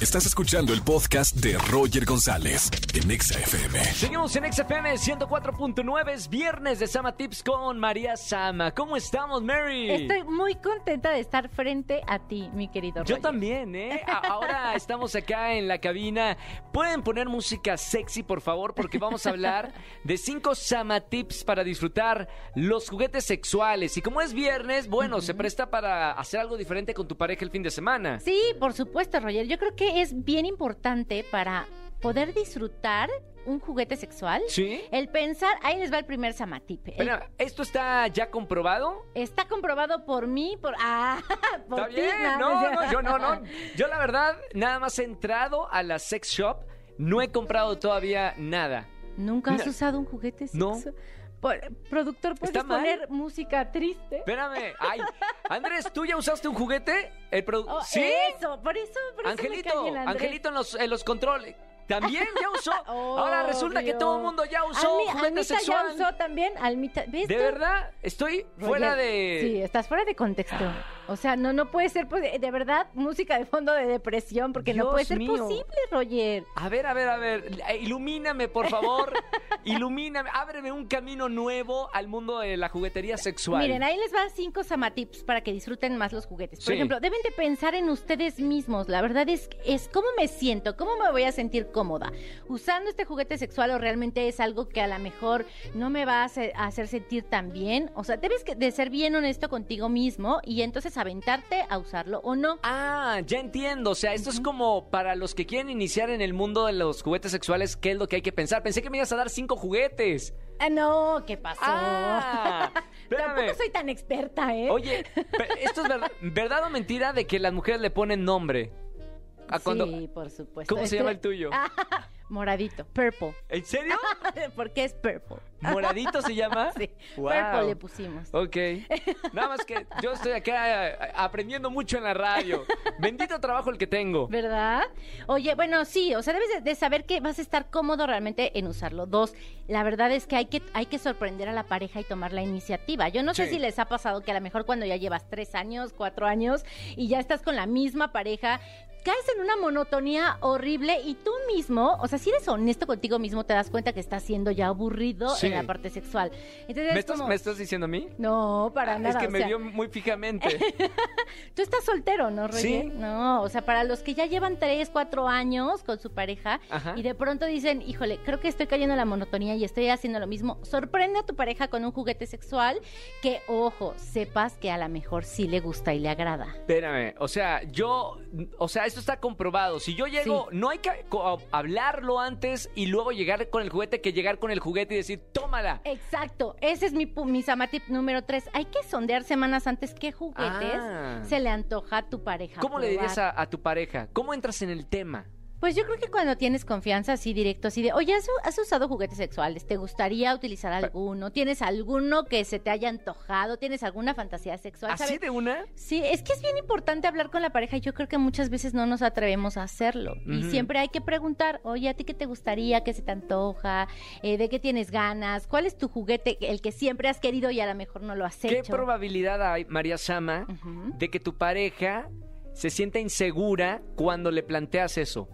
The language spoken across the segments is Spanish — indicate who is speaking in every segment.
Speaker 1: Estás escuchando el podcast de Roger González en Exa FM.
Speaker 2: Seguimos en XFM 104.9, es viernes de Sama Tips con María Sama. ¿Cómo estamos, Mary?
Speaker 3: Estoy muy contenta de estar frente a ti, mi querido
Speaker 2: Yo
Speaker 3: Roger.
Speaker 2: también, ¿eh? A- Ahora estamos acá en la cabina. ¿Pueden poner música sexy, por favor? Porque vamos a hablar de cinco Sama Tips para disfrutar los juguetes sexuales. Y como es viernes, bueno, se presta para hacer algo diferente con tu pareja el fin de semana.
Speaker 3: Sí, por supuesto, Roger. Yo creo que es bien importante para poder disfrutar un juguete sexual.
Speaker 2: ¿Sí?
Speaker 3: El pensar, ahí les va el primer samatipe. El-
Speaker 2: Espera, ¿esto está ya comprobado?
Speaker 3: Está comprobado por mí, por ah, por
Speaker 2: Está
Speaker 3: ti,
Speaker 2: bien,
Speaker 3: o
Speaker 2: no,
Speaker 3: sea.
Speaker 2: no, yo no, no. Yo la verdad, nada más he entrado a la sex shop, no he comprado todavía nada.
Speaker 3: Nunca has
Speaker 2: No.
Speaker 3: usado un juguete
Speaker 2: No.
Speaker 3: sexual. Por- productor, puedes
Speaker 2: Está mal.
Speaker 3: poner música triste.
Speaker 2: Espérame, ay, Andrés, ¿tú ya usaste un juguete? El produ-
Speaker 3: Oh,
Speaker 2: ¿Sí?
Speaker 3: Eso, por eso, por eso me
Speaker 2: Angelito,
Speaker 3: cae el Andrés.
Speaker 2: Angelito en los, en los controles. También ya usó. Ahora resulta que
Speaker 3: Oh, Obvio.
Speaker 2: todo el mundo ya usó
Speaker 3: Almi-
Speaker 2: juguete
Speaker 3: Almita
Speaker 2: sexual.
Speaker 3: ya usó también, Almita, ¿ves
Speaker 2: De
Speaker 3: tú?
Speaker 2: verdad, estoy
Speaker 3: Roger,
Speaker 2: fuera
Speaker 3: Sí,
Speaker 2: de. Ah.
Speaker 3: estás fuera de contexto. O sea, no, no puede ser, posi- de verdad, música de fondo de depresión, porque no
Speaker 2: Dios
Speaker 3: puede ser
Speaker 2: mío.
Speaker 3: posible, Roger.
Speaker 2: A ver, a ver, a ver, eh, ilumíname, por favor. ilumíname, ábreme un camino nuevo al mundo de la juguetería sexual.
Speaker 3: Miren, ahí les van cinco samatips para que disfruten más los juguetes. Por
Speaker 2: Sí.
Speaker 3: ejemplo, deben de pensar en ustedes mismos. La verdad es, es cómo me siento, cómo me voy a sentir cómoda usando este juguete sexual o realmente es algo que a lo mejor no me va a hacer, a hacer sentir tan bien. O sea, debes que- de ser bien honesto contigo mismo y entonces aventarte a usarlo o no.
Speaker 2: Ah, ya entiendo. O sea, esto es como para los que quieren iniciar en el mundo de los juguetes sexuales, ¿qué es lo que hay que pensar? Pensé que me ibas a dar cinco juguetes.
Speaker 3: Ah, no, ¿qué pasó?
Speaker 2: Ah, espérame.
Speaker 3: Tampoco soy tan experta, ¿eh?
Speaker 2: Oye, pe- ¿esto es verdad, verdad o mentira de que las mujeres le ponen nombre? A cuando-
Speaker 3: Sí, por supuesto.
Speaker 2: ¿Cómo se
Speaker 3: Este-
Speaker 2: llama el tuyo?
Speaker 3: Ah, moradito, purple.
Speaker 2: ¿En serio?
Speaker 3: Porque es purple.
Speaker 2: ¿Moradito se llama?
Speaker 3: Sí,
Speaker 2: Wow.
Speaker 3: purple le pusimos.
Speaker 2: Ok. Nada más que yo estoy acá eh, aprendiendo mucho en la radio. Bendito trabajo el que tengo.
Speaker 3: ¿Verdad? Oye, bueno, sí, o sea, debes de- de saber que vas a estar cómodo realmente en usarlo. Dos, la verdad es que hay que, hay que sorprender a la pareja y tomar la iniciativa. Yo no sé
Speaker 2: Sí.
Speaker 3: si les ha pasado que a lo mejor cuando ya llevas tres años, cuatro años y ya estás con la misma pareja. Caes en una monotonía horrible y tú mismo, o sea, si eres honesto contigo mismo, te das cuenta que estás siendo ya aburrido
Speaker 2: Sí.
Speaker 3: en la parte sexual. Entonces,
Speaker 2: ¿Me
Speaker 3: es
Speaker 2: estás,
Speaker 3: como-
Speaker 2: ¿Me estás diciendo a mí?
Speaker 3: No, para
Speaker 2: Ah,
Speaker 3: nada.
Speaker 2: es que
Speaker 3: o
Speaker 2: me
Speaker 3: sea,
Speaker 2: vio muy fijamente.
Speaker 3: Tú estás soltero, ¿no, Roger?
Speaker 2: Sí.
Speaker 3: No, o sea, para los que ya llevan tres, cuatro años con su pareja
Speaker 2: Ajá.
Speaker 3: y de pronto dicen, híjole, creo que estoy cayendo en la monotonía y estoy haciendo lo mismo, sorprende a tu pareja con un juguete sexual que, ojo, sepas que a lo mejor sí le gusta y le agrada.
Speaker 2: Espérame, o sea, yo, o sea, esto está comprobado. Si yo llego, no hay que co- hablarlo antes y luego llegar con el juguete que llegar con el juguete y decir, tómala.
Speaker 3: Exacto, ese es mi, pu- mi samatip número tres. Hay que sondear semanas antes qué juguetes
Speaker 2: Ah.
Speaker 3: se le antoja a tu pareja.
Speaker 2: ¿Cómo le dirías
Speaker 3: probar.
Speaker 2: a, a tu pareja? ¿Cómo entras en el tema?
Speaker 3: Pues yo creo que cuando tienes confianza así directo, así de, oye, ¿has, has usado juguetes sexuales? ¿Te gustaría utilizar alguno? ¿Tienes alguno que se te haya antojado? ¿Tienes alguna fantasía sexual?
Speaker 2: ¿Así
Speaker 3: ¿Sabes?
Speaker 2: de una?
Speaker 3: Sí, es que es bien importante hablar con la pareja y yo creo que muchas veces no nos atrevemos a hacerlo. Y
Speaker 2: Ujú.
Speaker 3: siempre hay que preguntar, oye, ¿a ti qué te gustaría? ¿Qué se te antoja? Eh, ¿De qué tienes ganas? ¿Cuál es tu juguete, el que siempre has querido y a lo mejor no lo has
Speaker 2: ¿Qué
Speaker 3: hecho?
Speaker 2: probabilidad hay, María Sama,
Speaker 3: Ujú.
Speaker 2: de que tu pareja se sienta insegura cuando le planteas eso?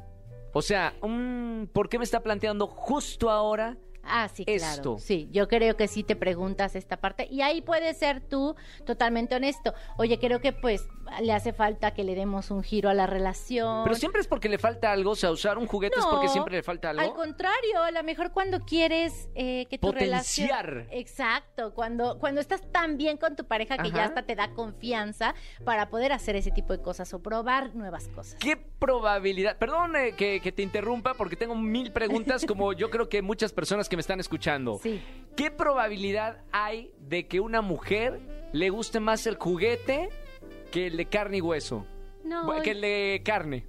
Speaker 2: O sea, mm, ¿por qué me está planteando justo ahora?
Speaker 3: Ah, sí, claro.
Speaker 2: esto.
Speaker 3: Sí, yo creo que sí te preguntas esta parte y ahí puedes ser tú totalmente honesto. Oye, creo que pues le hace falta que le demos un giro a la relación.
Speaker 2: Pero siempre es porque le falta algo, o sea, usar un juguete es porque
Speaker 3: No,
Speaker 2: siempre le falta algo.
Speaker 3: Al contrario, a lo mejor cuando quieres eh, que tu
Speaker 2: Potenciar.
Speaker 3: relación... Exacto, cuando, cuando estás tan bien con tu pareja que
Speaker 2: Ajá.
Speaker 3: ya hasta te da confianza para poder hacer ese tipo de cosas o probar nuevas cosas.
Speaker 2: ¿Qué probabilidad? Perdón eh, que, que te interrumpa porque tengo mil preguntas como yo creo que muchas personas que me están escuchando.
Speaker 3: Sí.
Speaker 2: ¿Qué probabilidad hay de que una mujer le guste más el juguete que el de carne y hueso?
Speaker 3: No,
Speaker 2: Bu- Que el de carne.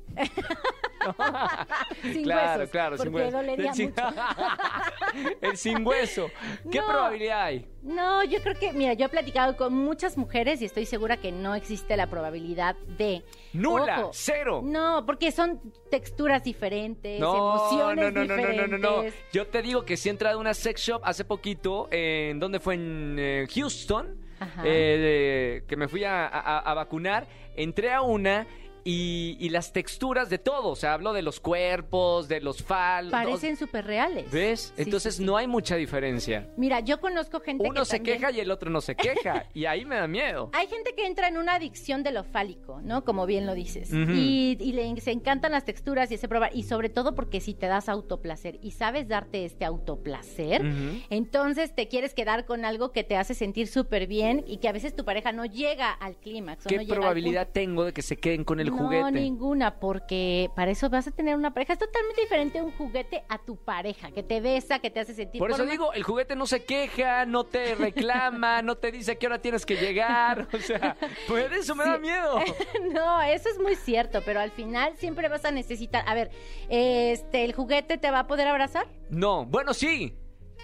Speaker 3: sin
Speaker 2: claro,
Speaker 3: huesos,
Speaker 2: claro, sin
Speaker 3: porque
Speaker 2: hueso.
Speaker 3: dolería
Speaker 2: el, sin...
Speaker 3: mucho.
Speaker 2: el sin hueso. ¿Qué
Speaker 3: No.
Speaker 2: probabilidad hay?
Speaker 3: No, yo creo que, mira, yo he platicado con muchas mujeres y estoy segura que no existe la probabilidad de.
Speaker 2: Nula,
Speaker 3: Ojo,
Speaker 2: cero.
Speaker 3: No, porque son texturas diferentes,
Speaker 2: No, no,
Speaker 3: emociones
Speaker 2: no, no, no, no,
Speaker 3: diferentes.
Speaker 2: no, no. Yo te digo que sí he entrado a una sex shop hace poquito, eh, ¿en dónde fue? En eh, Houston.
Speaker 3: Ajá.
Speaker 2: eh, de- que me fui a, a- a vacunar, entré a una y, y las texturas de todo, o sea, hablo de los cuerpos, de los faldos.
Speaker 3: Parecen súper reales.
Speaker 2: ¿Ves?
Speaker 3: Sí,
Speaker 2: Entonces
Speaker 3: sí, sí.
Speaker 2: no hay mucha diferencia.
Speaker 3: Mira, yo conozco gente
Speaker 2: Uno
Speaker 3: que
Speaker 2: se
Speaker 3: también-
Speaker 2: queja y el otro no se queja. y ahí me da miedo.
Speaker 3: Hay gente que entra en una adicción de lo fálico, ¿no? Como bien lo dices.
Speaker 2: Ujú.
Speaker 3: Y, y le en- se encantan las texturas y ese probar. Y sobre todo porque si te das autoplacer y sabes darte este autoplacer,
Speaker 2: Ujú.
Speaker 3: entonces te quieres quedar con algo que te hace sentir súper bien y que a veces tu pareja no llega al clímax. o
Speaker 2: ¿Qué
Speaker 3: no llega al
Speaker 2: probabilidad tengo de que se queden con el
Speaker 3: no,
Speaker 2: juguete?
Speaker 3: ninguna, porque para eso vas a tener una pareja. Es totalmente diferente un juguete a tu pareja, que te besa, que te hace sentir.
Speaker 2: Por eso
Speaker 3: más-
Speaker 2: digo, el juguete no se queja, no te reclama, no te dice a qué hora tienes que llegar. O sea, pues eso me da
Speaker 3: Sí.
Speaker 2: miedo.
Speaker 3: No, eso es muy cierto, pero al final siempre vas a necesitar. A ver, este, ¿el juguete te va a poder abrazar?
Speaker 2: No, bueno, sí.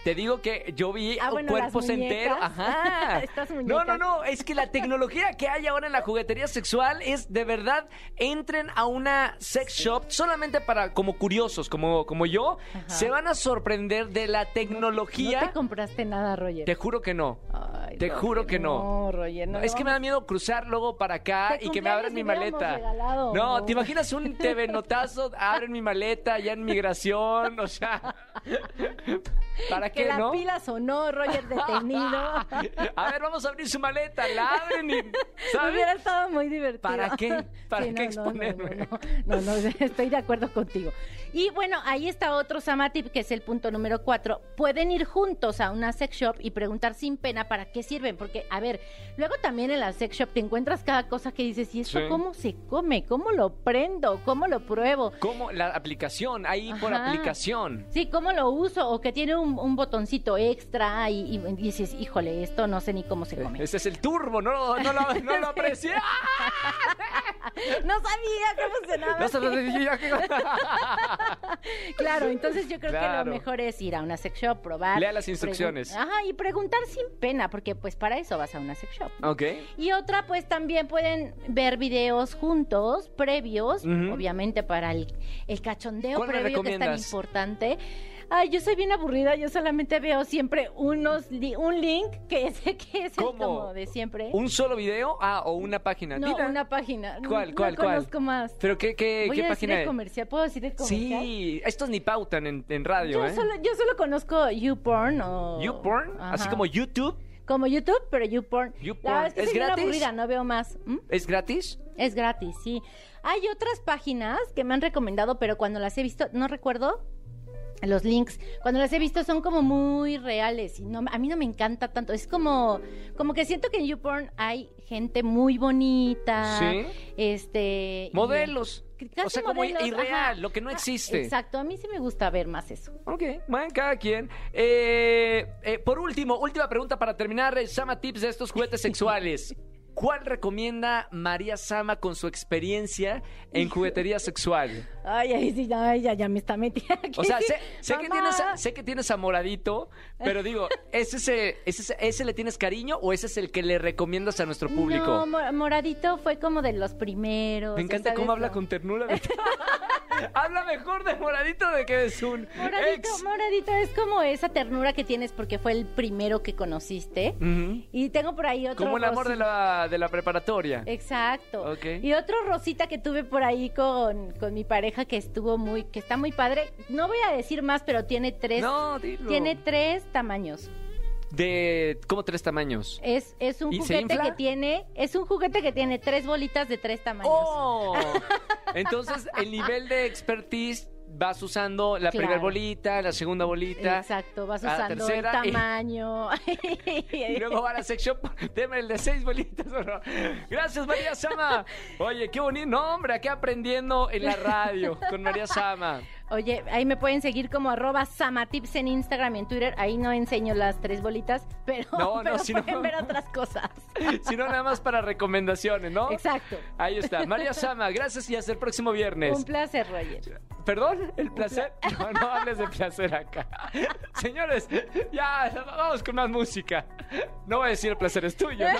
Speaker 2: Te digo que yo vi
Speaker 3: Ah, bueno,
Speaker 2: cuerpos
Speaker 3: las muñecas. Ah,
Speaker 2: enteros. Ajá.
Speaker 3: Estas
Speaker 2: no, no,
Speaker 3: muñecas.
Speaker 2: no. Es que la tecnología que hay ahora en la juguetería sexual es de verdad. Entren a una sex shop solamente para, como curiosos, como, como yo,
Speaker 3: Ajá.
Speaker 2: se van a sorprender de la tecnología.
Speaker 3: No te compraste nada, Roger.
Speaker 2: Te juro que no.
Speaker 3: Ay,
Speaker 2: te juro que no.
Speaker 3: No, Roger, no.
Speaker 2: es que me da
Speaker 3: vamos-
Speaker 2: miedo cruzar luego para acá
Speaker 3: De
Speaker 2: Ah, y que me abran
Speaker 3: cumpleaños
Speaker 2: mi
Speaker 3: hubiéramos
Speaker 2: maleta.
Speaker 3: regalado.
Speaker 2: No, ¿te imaginas un TV notazo? Abren mi maleta ya en migración, o sea. ¿Para
Speaker 3: Que
Speaker 2: qué,
Speaker 3: la
Speaker 2: no?
Speaker 3: pila sonó, Roger detenido.
Speaker 2: A ver, vamos a abrir su maleta, la abren y. ¿Sabes?
Speaker 3: Hubiera estado muy divertido.
Speaker 2: ¿Para qué? ¿Para
Speaker 3: Sí,
Speaker 2: qué
Speaker 3: no, no, no,
Speaker 2: exponerme?
Speaker 3: No no, no, no, estoy de acuerdo contigo. Y bueno, ahí está otro Samatip, que es el punto número cuatro. Pueden ir juntos a una sex shop y preguntar sin pena para qué sirven. Porque, a ver, luego también en la sex shop te encuentras cada cosa que dices, ¿y esto
Speaker 2: Sí.
Speaker 3: cómo se come? ¿Cómo lo prendo? ¿Cómo lo pruebo?
Speaker 2: ¿Cómo? La aplicación, ahí por
Speaker 3: Ajá.
Speaker 2: aplicación.
Speaker 3: Sí, ¿cómo lo uso? O que tiene un, un botoncito extra y, y dices, híjole, esto no sé ni cómo se come.
Speaker 2: Ese es el turbo, no, lo- no, lo, no lo aprecié.
Speaker 3: Ah, No sabía cómo funcionaba.
Speaker 2: No se lo-
Speaker 3: Claro, entonces yo creo que
Speaker 2: Claro.
Speaker 3: lo mejor es ir a una sex shop, probar.
Speaker 2: Lea las
Speaker 3: pregun-
Speaker 2: instrucciones.
Speaker 3: Ajá, y preguntar sin pena, porque pues para eso vas a una sex shop.
Speaker 2: Ok.
Speaker 3: Y otra, pues también pueden ver videos juntos, previos,
Speaker 2: Ujú.
Speaker 3: obviamente para el, el cachondeo
Speaker 2: ¿Cuál me
Speaker 3: previo que es tan
Speaker 2: recomiendas?
Speaker 3: importante. Ay, yo soy bien aburrida, yo solamente veo siempre unos li- un link que es, que es el
Speaker 2: ¿Cómo?
Speaker 3: como de siempre.
Speaker 2: ¿Un solo video? Ah, o una página.
Speaker 3: no,
Speaker 2: Dila.
Speaker 3: una página. No-
Speaker 2: ¿Cuál, cuál,
Speaker 3: no
Speaker 2: cuál?
Speaker 3: conozco más.
Speaker 2: ¿Pero qué, qué,
Speaker 3: Voy
Speaker 2: qué
Speaker 3: a decir
Speaker 2: página
Speaker 3: el
Speaker 2: es?
Speaker 3: comercial, ¿puedo decir el comercial?
Speaker 2: Sí, estos ni pautan en, en radio,
Speaker 3: Yo
Speaker 2: ¿eh?
Speaker 3: solo, yo solo conozco YouPorn o...
Speaker 2: YouPorn, así
Speaker 3: Ajá.
Speaker 2: como YouTube,
Speaker 3: Como YouTube, pero YouPorn. La
Speaker 2: YouPorn.
Speaker 3: verdad que
Speaker 2: ¿Es
Speaker 3: soy bien
Speaker 2: gratis?
Speaker 3: aburrida, no veo más. ¿Mm?
Speaker 2: ¿es gratis?
Speaker 3: Es gratis, sí. Hay otras páginas que me han recomendado, pero cuando las he visto, no recuerdo los links. Cuando las he visto son como muy reales y no, a mí no me encanta tanto. Es como, como que siento que en YouPorn hay gente muy bonita.
Speaker 2: Sí.
Speaker 3: Este. y-
Speaker 2: Modelos.
Speaker 3: Casi
Speaker 2: o sea, como
Speaker 3: modelos,
Speaker 2: irreal,
Speaker 3: ajá.
Speaker 2: lo que no
Speaker 3: Ah,
Speaker 2: existe.
Speaker 3: Exacto, a mí sí me gusta ver más eso.
Speaker 2: Ok, bueno, cada quien. Eh, eh, por último, última pregunta para terminar, eh, Sama Tips de estos juguetes sexuales. ¿Cuál recomienda María Sama con su experiencia en juguetería sexual?
Speaker 3: Ay, ay, sí, ya, ya, ya me está metiendo aquí.
Speaker 2: O sea, sé, sé que
Speaker 3: Mamá.
Speaker 2: tienes, a- sé que tienes a Moradito, pero digo, ¿es ese, es ese, ese le tienes cariño o ese es el que le recomiendas a nuestro público?
Speaker 3: No, Mo- Moradito fue como de los primeros.
Speaker 2: Me encanta
Speaker 3: ¿sabes?
Speaker 2: cómo habla
Speaker 3: No.
Speaker 2: con ternura. de- habla mejor de Moradito de que es un
Speaker 3: Moradito,
Speaker 2: ex.
Speaker 3: Moradito es como esa ternura que tienes porque fue el primero que conociste.
Speaker 2: Ujú.
Speaker 3: Y tengo por ahí otro.
Speaker 2: Como el amor de
Speaker 3: Rosita.
Speaker 2: la, de la preparatoria.
Speaker 3: Exacto.
Speaker 2: Ok.
Speaker 3: Y otro Rosita que tuve por ahí con, con mi pareja que estuvo muy, que está muy padre. No voy a decir más, pero tiene tres.
Speaker 2: no, dilo.
Speaker 3: Tiene tres tamaños.
Speaker 2: De como tres tamaños.
Speaker 3: Es, es un
Speaker 2: ¿Y se
Speaker 3: juguete
Speaker 2: infla?
Speaker 3: que tiene, es un juguete que tiene tres bolitas de tres tamaños.
Speaker 2: ¡Oh! Entonces, el nivel de expertise vas usando la
Speaker 3: Claro.
Speaker 2: primera bolita, la segunda bolita.
Speaker 3: Exacto, vas
Speaker 2: a la
Speaker 3: usando
Speaker 2: tercera
Speaker 3: el
Speaker 2: y-
Speaker 3: tamaño.
Speaker 2: Y luego va a la sex shop, deme el de seis bolitas. ¿o no? Gracias, María Sama. Oye, qué bonito. No, hombre, aquí aprendiendo en la radio con María Sama.
Speaker 3: Oye, ahí me pueden seguir como arroba samatips en Instagram y en Twitter. Ahí no enseño las tres bolitas, pero,
Speaker 2: No, no,
Speaker 3: pero
Speaker 2: si no-
Speaker 3: pueden ver otras cosas.
Speaker 2: Si no, nada más para recomendaciones, ¿no?
Speaker 3: Exacto.
Speaker 2: Ahí está. María Sama, gracias y hasta el próximo viernes.
Speaker 3: Un placer, Roger.
Speaker 2: ¿Perdón? ¿El placer? No, no hables de placer acá. Señores, ya, vamos con más música. No voy a decir el placer es tuyo, ¿no?